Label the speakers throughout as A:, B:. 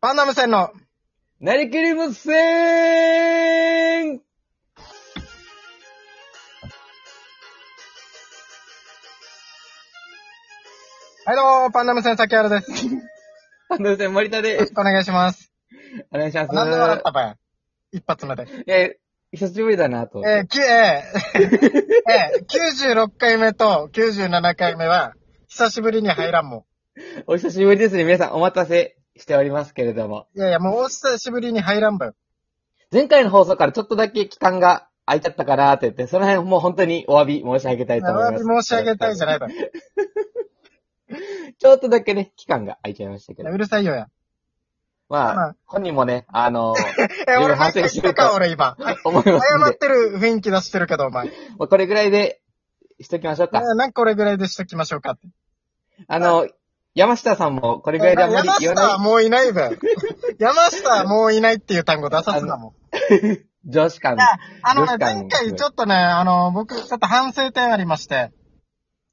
A: パンダム戦の、
B: なりきり無線
A: はいどうも、パンダム戦崎原です。
B: パンダム戦森田で
A: よ ろ、しくお願いし ます。
B: お願いします。
A: なんで笑ったばや一発目で。
B: えー、久しぶりだなと。
A: えー、き、 えーえー、96回目と97回目は、久しぶりに入らんも
B: お久しぶりですね。皆さんお待たせしておりますけれども。
A: ん。いやいや、もうお久しぶりに入らんばよ。
B: 前回の放送からちょっとだけ期間が空いちゃったかなーって言って、その辺もう本当にお詫び申し上げたいと思います。。
A: 申し上げたいじゃないいばよ。
B: ちょっとだけね、期間が空いちゃいましたけど。
A: うるさいよや。
B: ま
A: ま
B: あ、本人もね、あの、
A: えー、俺
B: 反
A: 反
B: 省
A: 省
B: し
A: してて
B: る
A: る
B: か
A: か、俺今。謝
B: 思いますんで
A: っ。てる雰囲気出してるけど、お前。
B: まあこれぐらいでしときましょうか。
A: ねなんかこれぐらいでしときましょうかって。
B: あの、山下さんもこれぐらいであんまり
A: 山
B: 言わ
A: 下
B: ない
A: はもういないべ。山下はもういないっていう単語出さすなもん。
B: 上司感。
A: いやあのね、
B: 確かに
A: 前回ちょっとね、あの、僕、ちょっと反省点ありまして。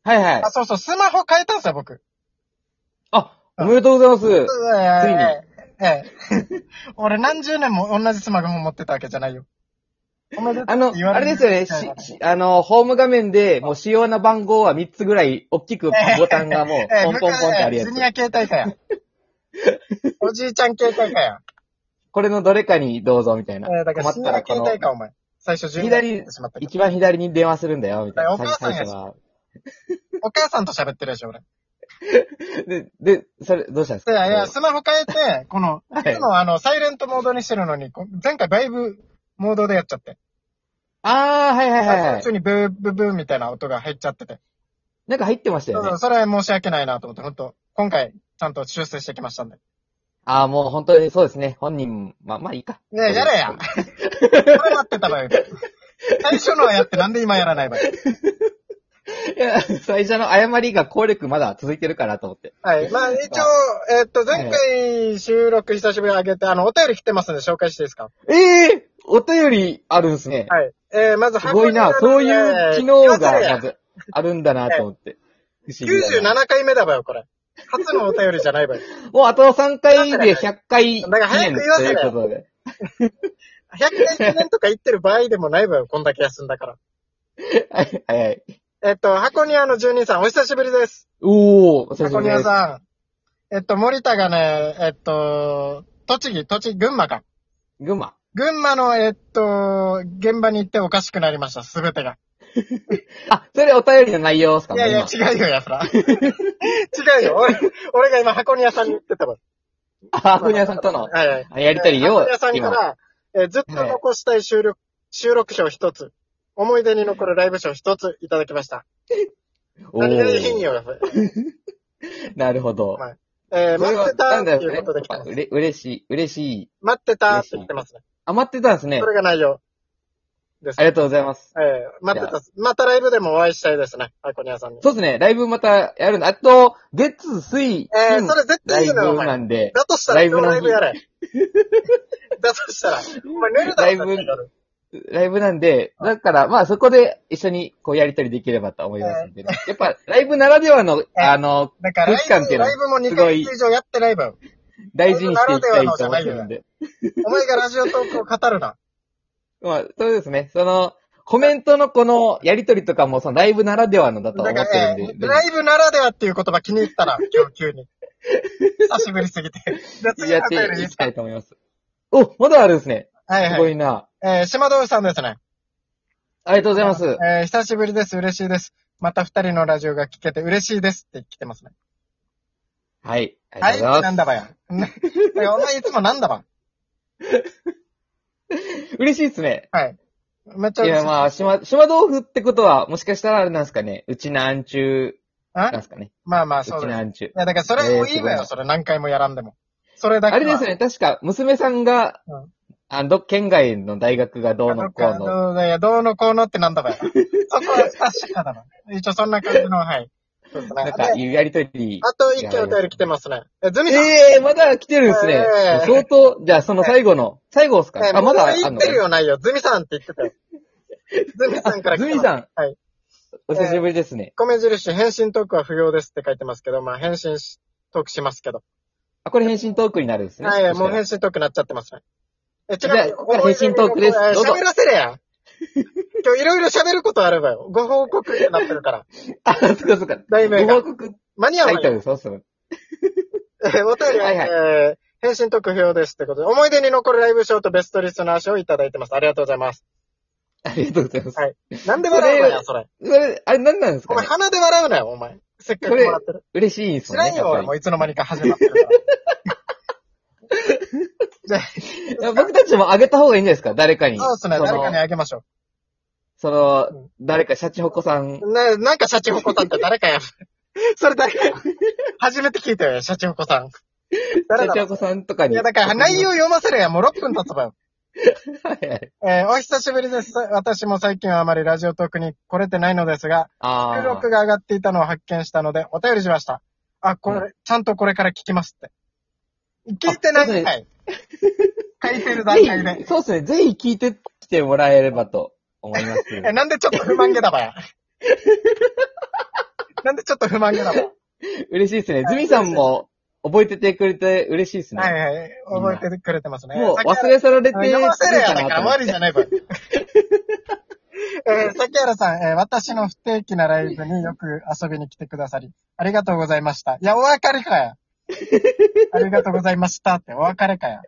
B: はいはい
A: あ、。そうそう、スマホ変えたんですよ、僕。
B: あ、おめでとうございます。
A: つ
B: ついに
A: え え。俺何十年も同じスマホ持ってたわけじゃないよ。おめでとう
B: あの、
A: 言わ
B: あれですよね、
A: はい
B: し、しあの、ホーム画面で、もう主要な番号は3つぐらい、大きくボタンがもう、
A: ええ、
B: ポンポンポンってある
A: 昔
B: やつ
A: ジュ。ニア携帯かや。 おじいちゃん携帯かや。
B: これのどれかにどうぞ、みたいな。
A: ええ、だか
B: 困
A: ら
B: っ
A: シニ
B: た
A: ア
B: ら
A: 携
B: こ
A: 帯か、
B: の、
A: お前。最初ジュニア
B: 左
A: ってしまったけど
B: 一番左に電話するんだよ、みたいな。
A: お母さんやし
B: 最初は
A: お母さんと喋ってるでしょ、俺。
B: で、で、それ、どうしたんです
A: い
B: か
A: やいや、スマホ変えて、この、
B: はい
A: いつもあの、サイレントモードにしてるのに、こ前回バイブモードでやっちゃって。
B: あー、はいはいはいは
A: 途
B: い
A: 中。にブーブーブーみたいな音が入っちゃってて。
B: なんか入ってました
A: そ
B: よ
A: う
B: ね
A: そう。それは申し訳ないなと思って、本当今回、ちゃんと修正してきましたん で。
B: あー、もう本当にそうですね。本人、まあ、まあいいか。
A: ねえ、やれやこれ待ってた場合。最初のはやって、なんで今やらない場合。
B: いや、最初の誤りが効力まだ続いてるからと思って。
A: はい。まあ、一応、えっと、前回収録久しぶりに上げて、あの、お便り来てますんで紹介していいですか
B: ええお便りあるんですね。
A: はい。えー、まず
B: すごいな。そういう機能が、まず、あるんだなと思って。不思議だな
A: 97回目だばよ、これ。初のお便りじゃないばよ。
B: もうあと3回で100回記
A: だから早
B: 念
A: く
B: と
A: 言わせ
B: い
A: ろよ
B: うことで。
A: 100回記念とか言ってる場合でもないわよ、こんだけ休んだから。
B: はいはいはい。
A: えっと、箱庭の住人さん、お久しぶりです。
B: おー、お久し
A: 箱
B: ぶりで
A: 庭
B: す。
A: さん。えっと、森田がね、えっと、栃木、栃木、群馬か。
B: 群馬。
A: 群馬の、えっと、現場に行っておかしくなりました、すべてが。
B: あ、それお便りの内容ですか
A: いやいや、
B: もう 今
A: 違うよ、やつら。違うよ、俺、俺が今箱庭さんに言ってたわ。
B: あ、箱庭さんとの
A: はいはい。
B: あやりとりを
A: 箱庭さ、んか
B: 今。
A: ら、えーずっと残したい収録、収録賞一つ、思い出に残るライブ賞一ついただきました。
B: お
A: 何がいいん
B: ー、
A: よ、やっぱり
B: なるほど。
A: はいえー、
B: そ
A: 待
B: れ
A: っ
B: は
A: てた
B: なんだ
A: っ
B: よ
A: ていうことで来てます。
B: ね。うれ嬉しい、嬉しい。
A: 待ってたって言ってますね。
B: あ、待ってたんですね
A: そ。れが内容です。
B: ありがとうございます。
A: えー待ってたっす。またライブでもお会いしたいですね。アコニアさんに。
B: そうですね、ライブまたやるの。あと、月、水、
A: えー
B: 金
A: それ絶
B: ラ
A: 対
B: イ
A: 言うなよ、お
B: ブ
A: 前。
B: なんで、
A: だとした
B: ラ
A: ら、
B: イブ
A: 今
B: の
A: 日ライ
B: 日
A: ブやれ。 だとしたら、お前寝るだ
B: ラ
A: ろ
B: イ、ブ
A: 絶対夜
B: ライブなんで、だから、まあそこで一緒にこうやりとりできればと思いますんで、やっぱライブならで はの、あの、
A: だから
B: 空気感っていうのは
A: ライブも2回以上やってライブ。
B: 大事にしていきたいと思ってるんで。
A: お前がラジオトークを語るな。
B: まあ、そうですね。その、コメントのこのやりとりとかも、そのライブならではのだと思
A: だ
B: って
A: から、え
B: るん
A: ー
B: で。
A: ライブならではっていう言葉気に入 ったな、今日急に。久しぶりすぎて。じゃあ次
B: や
A: の
B: っ
A: お便り
B: て
A: で
B: い
A: す
B: きたいと思います。お、まだあるんですね。
A: はい
B: す
A: は
B: ご
A: い。
B: いな。
A: えー、島道さんですね。
B: ありがとうございます。
A: えー久しぶりです。嬉しいです。また二人のラジオが聞けて嬉しいですって来てますね。
B: はい。あ
A: は
B: りがとう
A: い、
B: ございます。
A: なんだば や。いやお前いつもなんだば。
B: 嬉しいですね。
A: はい。めっちゃ
B: い
A: 嬉し
B: や、
A: い。
B: まあ、島、島豆腐ってことは、もしかしたらあれなんですかね。うちなんちゅう、なん
A: あ
B: ですかね。
A: まあまあ、
B: うち
A: そうだよ。
B: なんちゅう
A: い。や、だからそれもいいわ
B: えーすご
A: よ、
B: い
A: それ何回もやらんでも。それだけは。
B: あれですよね、確か、娘さんが、
A: うん
B: あの、県外の大学がど
A: ど
B: うの
A: っ
B: こう
A: か
B: の。
A: どうだよどうのこうのってなん だばよ。そこは確かだな。一応そんな感じの、はい。そうですね。
B: なん
A: で
B: か、いうやりとり。
A: あと一件お便り来てますね。え、ズミさん。
B: ええまだ来てるんですね。
A: えー
B: 相当、じゃあその最後の、最後ですか、
A: え
B: あ、まだあん
A: 言っ
B: の
A: てるよ、ないよ。ズミさんって言 ってたよ。ズミさんから来てます。
B: ズミさん。
A: はい。
B: お久しぶりですね。
A: 米印、返信トークは不要ですって書いてますけど、まあ、返信しトークしますけど。
B: あ、これ返信トークになるんですね。
A: はいはい、
B: そした
A: もう
B: ら
A: 返信トークなっちゃってますね。え、
B: じゃあここから返信トークです
A: え
B: どうぞ
A: 喋らせれ や。今日いろいろ喋ることあるわよ。ご報告ってなってるから。
B: あ、そっかそっか。
A: 題名
B: ご
A: が
B: 報。告
A: 間に合
B: タ
A: わ
B: イ
A: な
B: ト
A: い。
B: ル、そうそう。
A: え お便りは、
B: はいはい
A: えー返信特表ですってことで、思い出に残るライブショーとベストリスナー賞をいただいてます。ありがとうございます。
B: ありがとうございます。
A: はいなんで笑うの
B: そ
A: よ、
B: れ
A: それ。
B: それ、あれ何なんです
A: お
B: か
A: 前
B: ね
A: 鼻で笑うなよ、お前。せっかくもらってる。
B: 嬉しいんです
A: 知
B: もん
A: ら
B: ね。
A: んよ、
B: や
A: 俺
B: っ
A: も
B: ぱ
A: ういつの間にか始まってるから。じゃ
B: りいや僕たちもあげた方がいいんじゃないですか誰かに。
A: あ、そうですね、
B: の
A: 誰かにあげましょ
B: そうの、誰か、シャチホコさん。
A: う。な、なんかシャチホコさんって誰かや。それ誰か。初めて聞いたよ、シャチホコさん。
B: シ
A: 誰
B: ャチ
A: だ
B: ホコさんとか
A: い
B: に。
A: や、だから内容読ませるやん、もう6分経つばよ。
B: はいはい。
A: えーお久しぶりです。私も最近はあまりラジオトークに来れてないのですが、
B: あ
A: 収録
B: ー。
A: が上がっていたのを発見したので、お便りしました。あ、これ、
B: う
A: ちゃんとこれから聞きますって。聞いてないんかい。書いてる段階
B: ぜ
A: で
B: ひ、。そうですね。ぜひ聞いてきてもらえればと思います。
A: え、なんでちょっと不満げだば や。なんでちょっと不満げだばや。
B: 嬉しいですね。ズミさんも覚えててくれて嬉しいですね。
A: はいはい。覚えてくれてますね。
B: もう
A: 先ほど
B: 忘れ去られて
A: 読ませるや
B: か
A: ない
B: な
A: から
B: と思
A: 終わ
B: っ
A: り
B: て
A: じゃないわ。 えー、崎原さん、えー私の不定期なライブによく遊びに来てくださり、ありがとうございました。いや、お別れか や。ありがとうございましたって、お別れかや。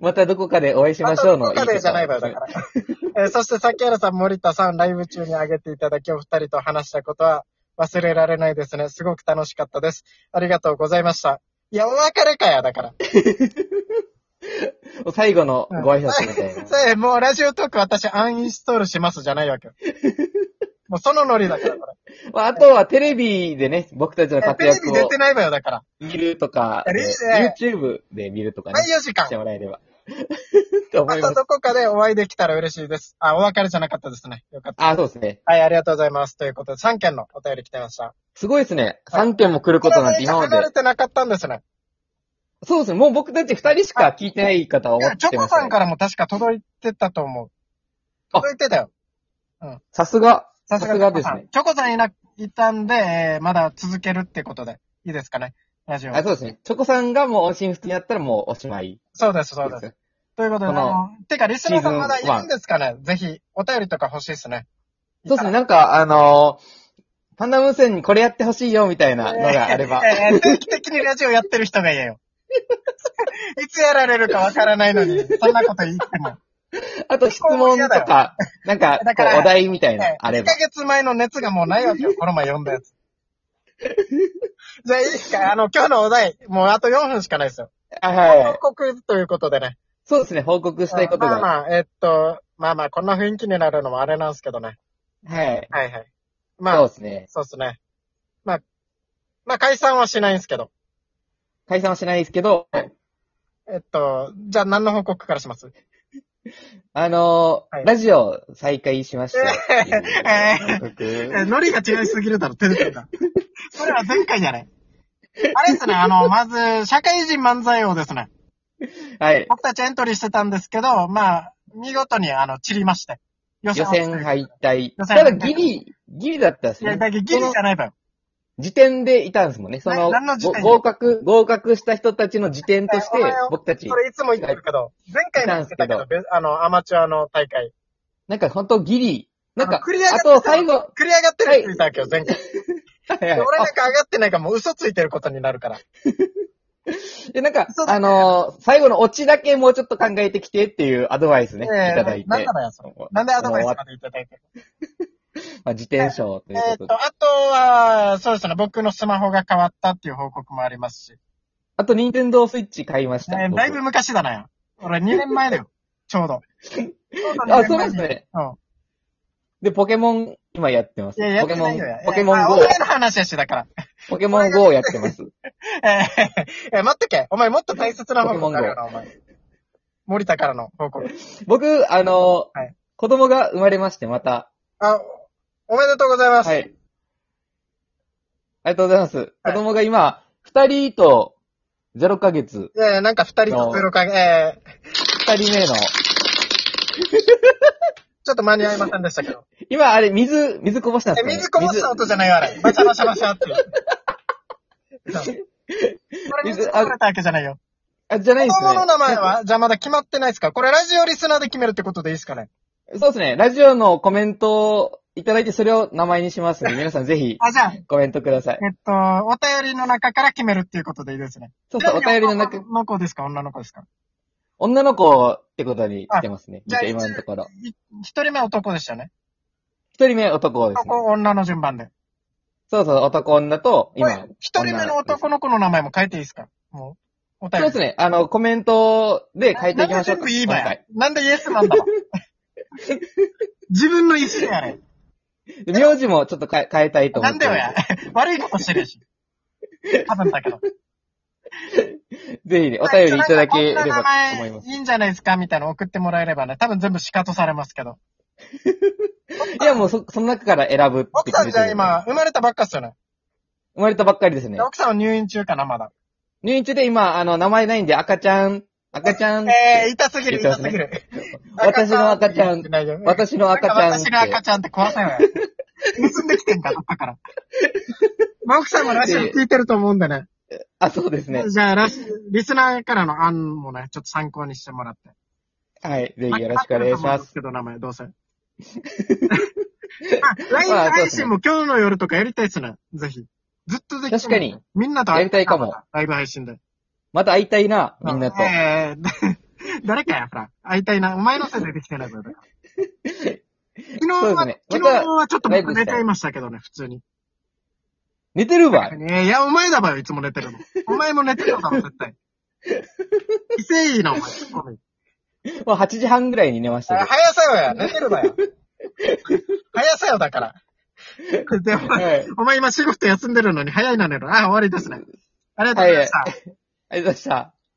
B: またどこかでお会いしましょうの。
A: またどこかでじゃないわよ、だから。えーそして、崎原さん、森田さん、ライブ中に挙げていただき、お二人と話したことは忘れられないですね。すごく楽しかったです。ありがとうございました。いや、お別れかや、だから。
B: 最後のご挨拶みたいな。
A: そうやもうラジオトーク私アンインストールしますじゃない わけよ。もうそのノリだから、こ
B: まあ、あとはテレビでね、僕たちの
A: れ。
B: 活
A: テレ
B: 躍
A: ビ出
B: を
A: てないわよ、だから。
B: 見るとか、
A: テレビ
B: えー YouTube で見るとかね、
A: 4時間
B: して。もらえれば。 と思
A: あ
B: いま
A: と
B: す。
A: どこかでお会いできたら嬉しいです。あ、お別れじゃなかったですね。よかった。
B: あ、そうですね。
A: はい、ありがとうございます。ということで、3件のお便り来てました。
B: すごいですね。
A: はい
B: 3件も来ることなんて今ま
A: 離れ
B: で。
A: てなかったんですね。
B: そうですね。もう僕たち2人しか聞いてない方は
A: い
B: 思
A: や、
B: っ
A: チョ
B: て
A: コ
B: ます、
A: さん
B: ね。
A: からも確か届いてたと思う。
B: あ
A: 届いてたよ。
B: さすが。
A: さ
B: さ
A: す
B: す
A: が
B: が
A: チョ
B: で
A: コ
B: す
A: さ
B: ね
A: ん。。チョコさんいな、いたんで、えーまだ続けるってことで。いいですかね。ラジオ。
B: あ、そうですね。チョコさんがもう音信不通になったらもうおしまい
A: そうです、そうで
B: で
A: す
B: す。。
A: ということで、あ
B: この
A: の、てか、リスナーさんまだい
B: シーズンワ
A: る
B: ン
A: んですかねぜひ、お便りとか欲しいですね。
B: そうですね。なんか、あのーパンダムーセンにこれやってほしいよみたいなのがあ れば。
A: えー定期的にラジオやってる人がいいよ。いつ やられるかわからないのに、そんなこと言っても。
B: あと質問とか、なんか、
A: だか
B: こう
A: ら
B: お題みたい
A: えー
B: な、あれ
A: 1
B: ば
A: ヶ。月前の熱がもうないわけよ、この前読んだやつ。じゃあいいですかあの、今日のお題、もうあと4分しかないですよ。
B: あはいはい。
A: 報告ということでね。
B: そうですね、報告したいこと
A: まあ
B: が。
A: まあ、えっと、まあまあ、こんな雰囲気になるのもあれなんですけどね。
B: はい。
A: はいはい。まあ、
B: そうですね。
A: そうですね。まあ、まあ解散はしないんですけど。
B: 解散はしないですけど、
A: えっと、じゃあ何の報告からします
B: あのー
A: はい
B: ラジオ再開しましたっていう
A: えー
B: 報告。
A: え、ノリが違いすぎるだろ、手でが。 それは前回じゃない。あれですね、あの、まず、社会人漫才王ですね。
B: はい。
A: 僕たちエントリーしてたんですけど、まあ、見事に、あの、散りまして。予
B: 予選
A: い。
B: 敗退。
A: 予選敗退
B: ただギリ、ギリだったんです
A: いや、
B: ね。
A: だけどギリじゃないわよ。
B: 時点でいたんですもんね。その
A: な何の時、点
B: ご合格、合格した人たちの時点として
A: えお前を、
B: 僕たち
A: そ、れいつも言ってるけど、前回も言ってたけ
B: いた
A: ど、
B: ん
A: べあの、アマチュアの大会。
B: なんか本当ギリ、なん
A: あ
B: か
A: の繰り上が、っ
B: あ
A: てた
B: と最後、は
A: 繰り上がってる人いたわけよ、前回。
B: いはい
A: で俺なんか上がってないからもう嘘ついてることになるから。
B: で、なんか
A: そう、だ
B: あのー最後のオチだけもうちょっと考えてきてっていうアドバイスね、い
A: ええ
B: ただいて。
A: なんなのよ、それ。なんでアドバイスまでいただいて。
B: まあ、自転車という
A: えーっ、
B: こととで。
A: あとは、そうですね、僕のスマホが変わったっていう報告もありますし。
B: あと、任天堂スイッチ買いました。
A: えー
B: 僕
A: だいぶ昔だなよ。俺2年前だ よ。ちょうど。
B: あ、そうです。ね。
A: うん。
B: で、ポケモン、今やってます。
A: いや、やっ
B: ポ
A: て
B: ケ
A: な
B: モ
A: い
B: ン
A: よ。や、
B: ポケモン
A: えーあ
B: GO
A: お、前の話やし、だから。
B: ポケモン GO やってます。
A: えーえー待ってけ。お前もっと大切な報告あるよな、お前。森田からの報告。
B: 僕、あのー
A: はい
B: 子供が生まれまして、また。
A: あ、おめでとうございます。
B: はい。ありがとうございます。子供が今、二人と0ヶ月、
A: えーなんか二人とゼロか、えー
B: 二人目の、
A: ちょっと間に合いませんでしたけど。
B: 今、あれ、水、水こぼしたんで
A: え、
B: すか、ね、
A: 水こぼした音じゃないよ、あれ。バチャバチャバチャっていう。そうこれに作られたわけじゃないよ。
B: あ、じゃないです
A: 子
B: ね。
A: 供の名前はじゃあまだ決まってないですかこれラジオリスナーで決めるってことでいいですかね
B: そうですね。ラジオのコメントをいただいて、それを名前にしますので、皆さんぜひ
A: あ、じゃあ、えっ
B: コメントください。
A: と、お便りの中から決めるっていうことでいいですね。
B: そうそう、お便りの中、
A: 女の子ですか女の子ですか
B: 女の子ってことにしてます
A: あ
B: ね。
A: じゃあ
B: 一応今のところ。
A: い一人目男でしたよね。
B: 一人目男ですね。
A: 男、女の順番で。
B: そうそう、男女と、
A: これ
B: 今。
A: 一人目の男の子の名前も変えていいですかもう、お
B: 女。
A: 便
B: そう
A: り。
B: ですね。あの、コメントで書いていきましょ
A: な
B: う
A: んで全
B: か。
A: 部言えば
B: 今
A: や
B: 回。
A: なんでイエスなんだ わ自分の意思でやれ。
B: で名字もちょっと変え変えたいと思
A: な
B: っ
A: ん
B: て。
A: でよや。 悪いことしてるし。多分だけど。
B: ぜ ひね、お便りいただければ
A: こん
B: と思い
A: な名
B: ま
A: 前
B: す。
A: いいんじゃないですかみたいなの送ってもらえればね。多分全部仕方されますけど。
B: いや、もうそ、その中から選ぶって
A: 奥
B: 決
A: さ
B: め
A: ん
B: て
A: じゃあ
B: る。
A: 今、生まれたばっかっすよね。
B: 生まれたばっかりですね。
A: 奥さんは入院中かな、まだ。
B: 入院中で今、あの、名前ないんで、赤ちゃん、赤ちゃん、
A: えー、痛すぎる、
B: 言
A: 痛
B: っ
A: す
B: てます
A: ぎ
B: ね
A: る。
B: 私の赤ちゃん
A: 言って、ないよ
B: 私の赤ちゃんっ
A: 私の赤
B: て。
A: ちゃんって怖さよ。盗んできてんか、どっかから。まあ、奥さんもラジオ聞いてると思うんでね。
B: あ、そうですね。
A: じゃあラジ、リスナーからの案もね、ちょっと参考にしてもらって。
B: はい。ぜひよろしくお願いし
A: まあ合ってると思う
B: ま。
A: んですすけど、名前、どう せ。あ、LINE
B: まあそう
A: 配
B: ですね
A: 信も今日の夜とかやりたいっすね。ぜひ。ずっとできてる
B: 確かに。
A: みんなと会
B: やりたいかも。
A: ライブ配信で。
B: また会いたいな、みんなと。
A: えー、 誰かや、ほら。会いたいな。お前のせいでできてないぞ、俺昨日
B: そうで
A: は、
B: すね
A: 昨
B: また
A: 日はちょっと
B: ライブ
A: 僕
B: したい
A: 寝ちゃいましたけどね、普通に。
B: 寝てるわ。
A: ねえ、いや、お前だばよ、いつも寝てるの。お前も寝てるのだろ、絶 対。異性いいな、お前。
B: もう8時半ぐらいに寝ましたけど。
A: 早さよや、寝てる ばよ。早さよだから。でお前、
B: はい。
A: お前今仕事休んでるのに早いな寝る。あ、終わりですね。ありがとうございました。
B: ありがとうございました。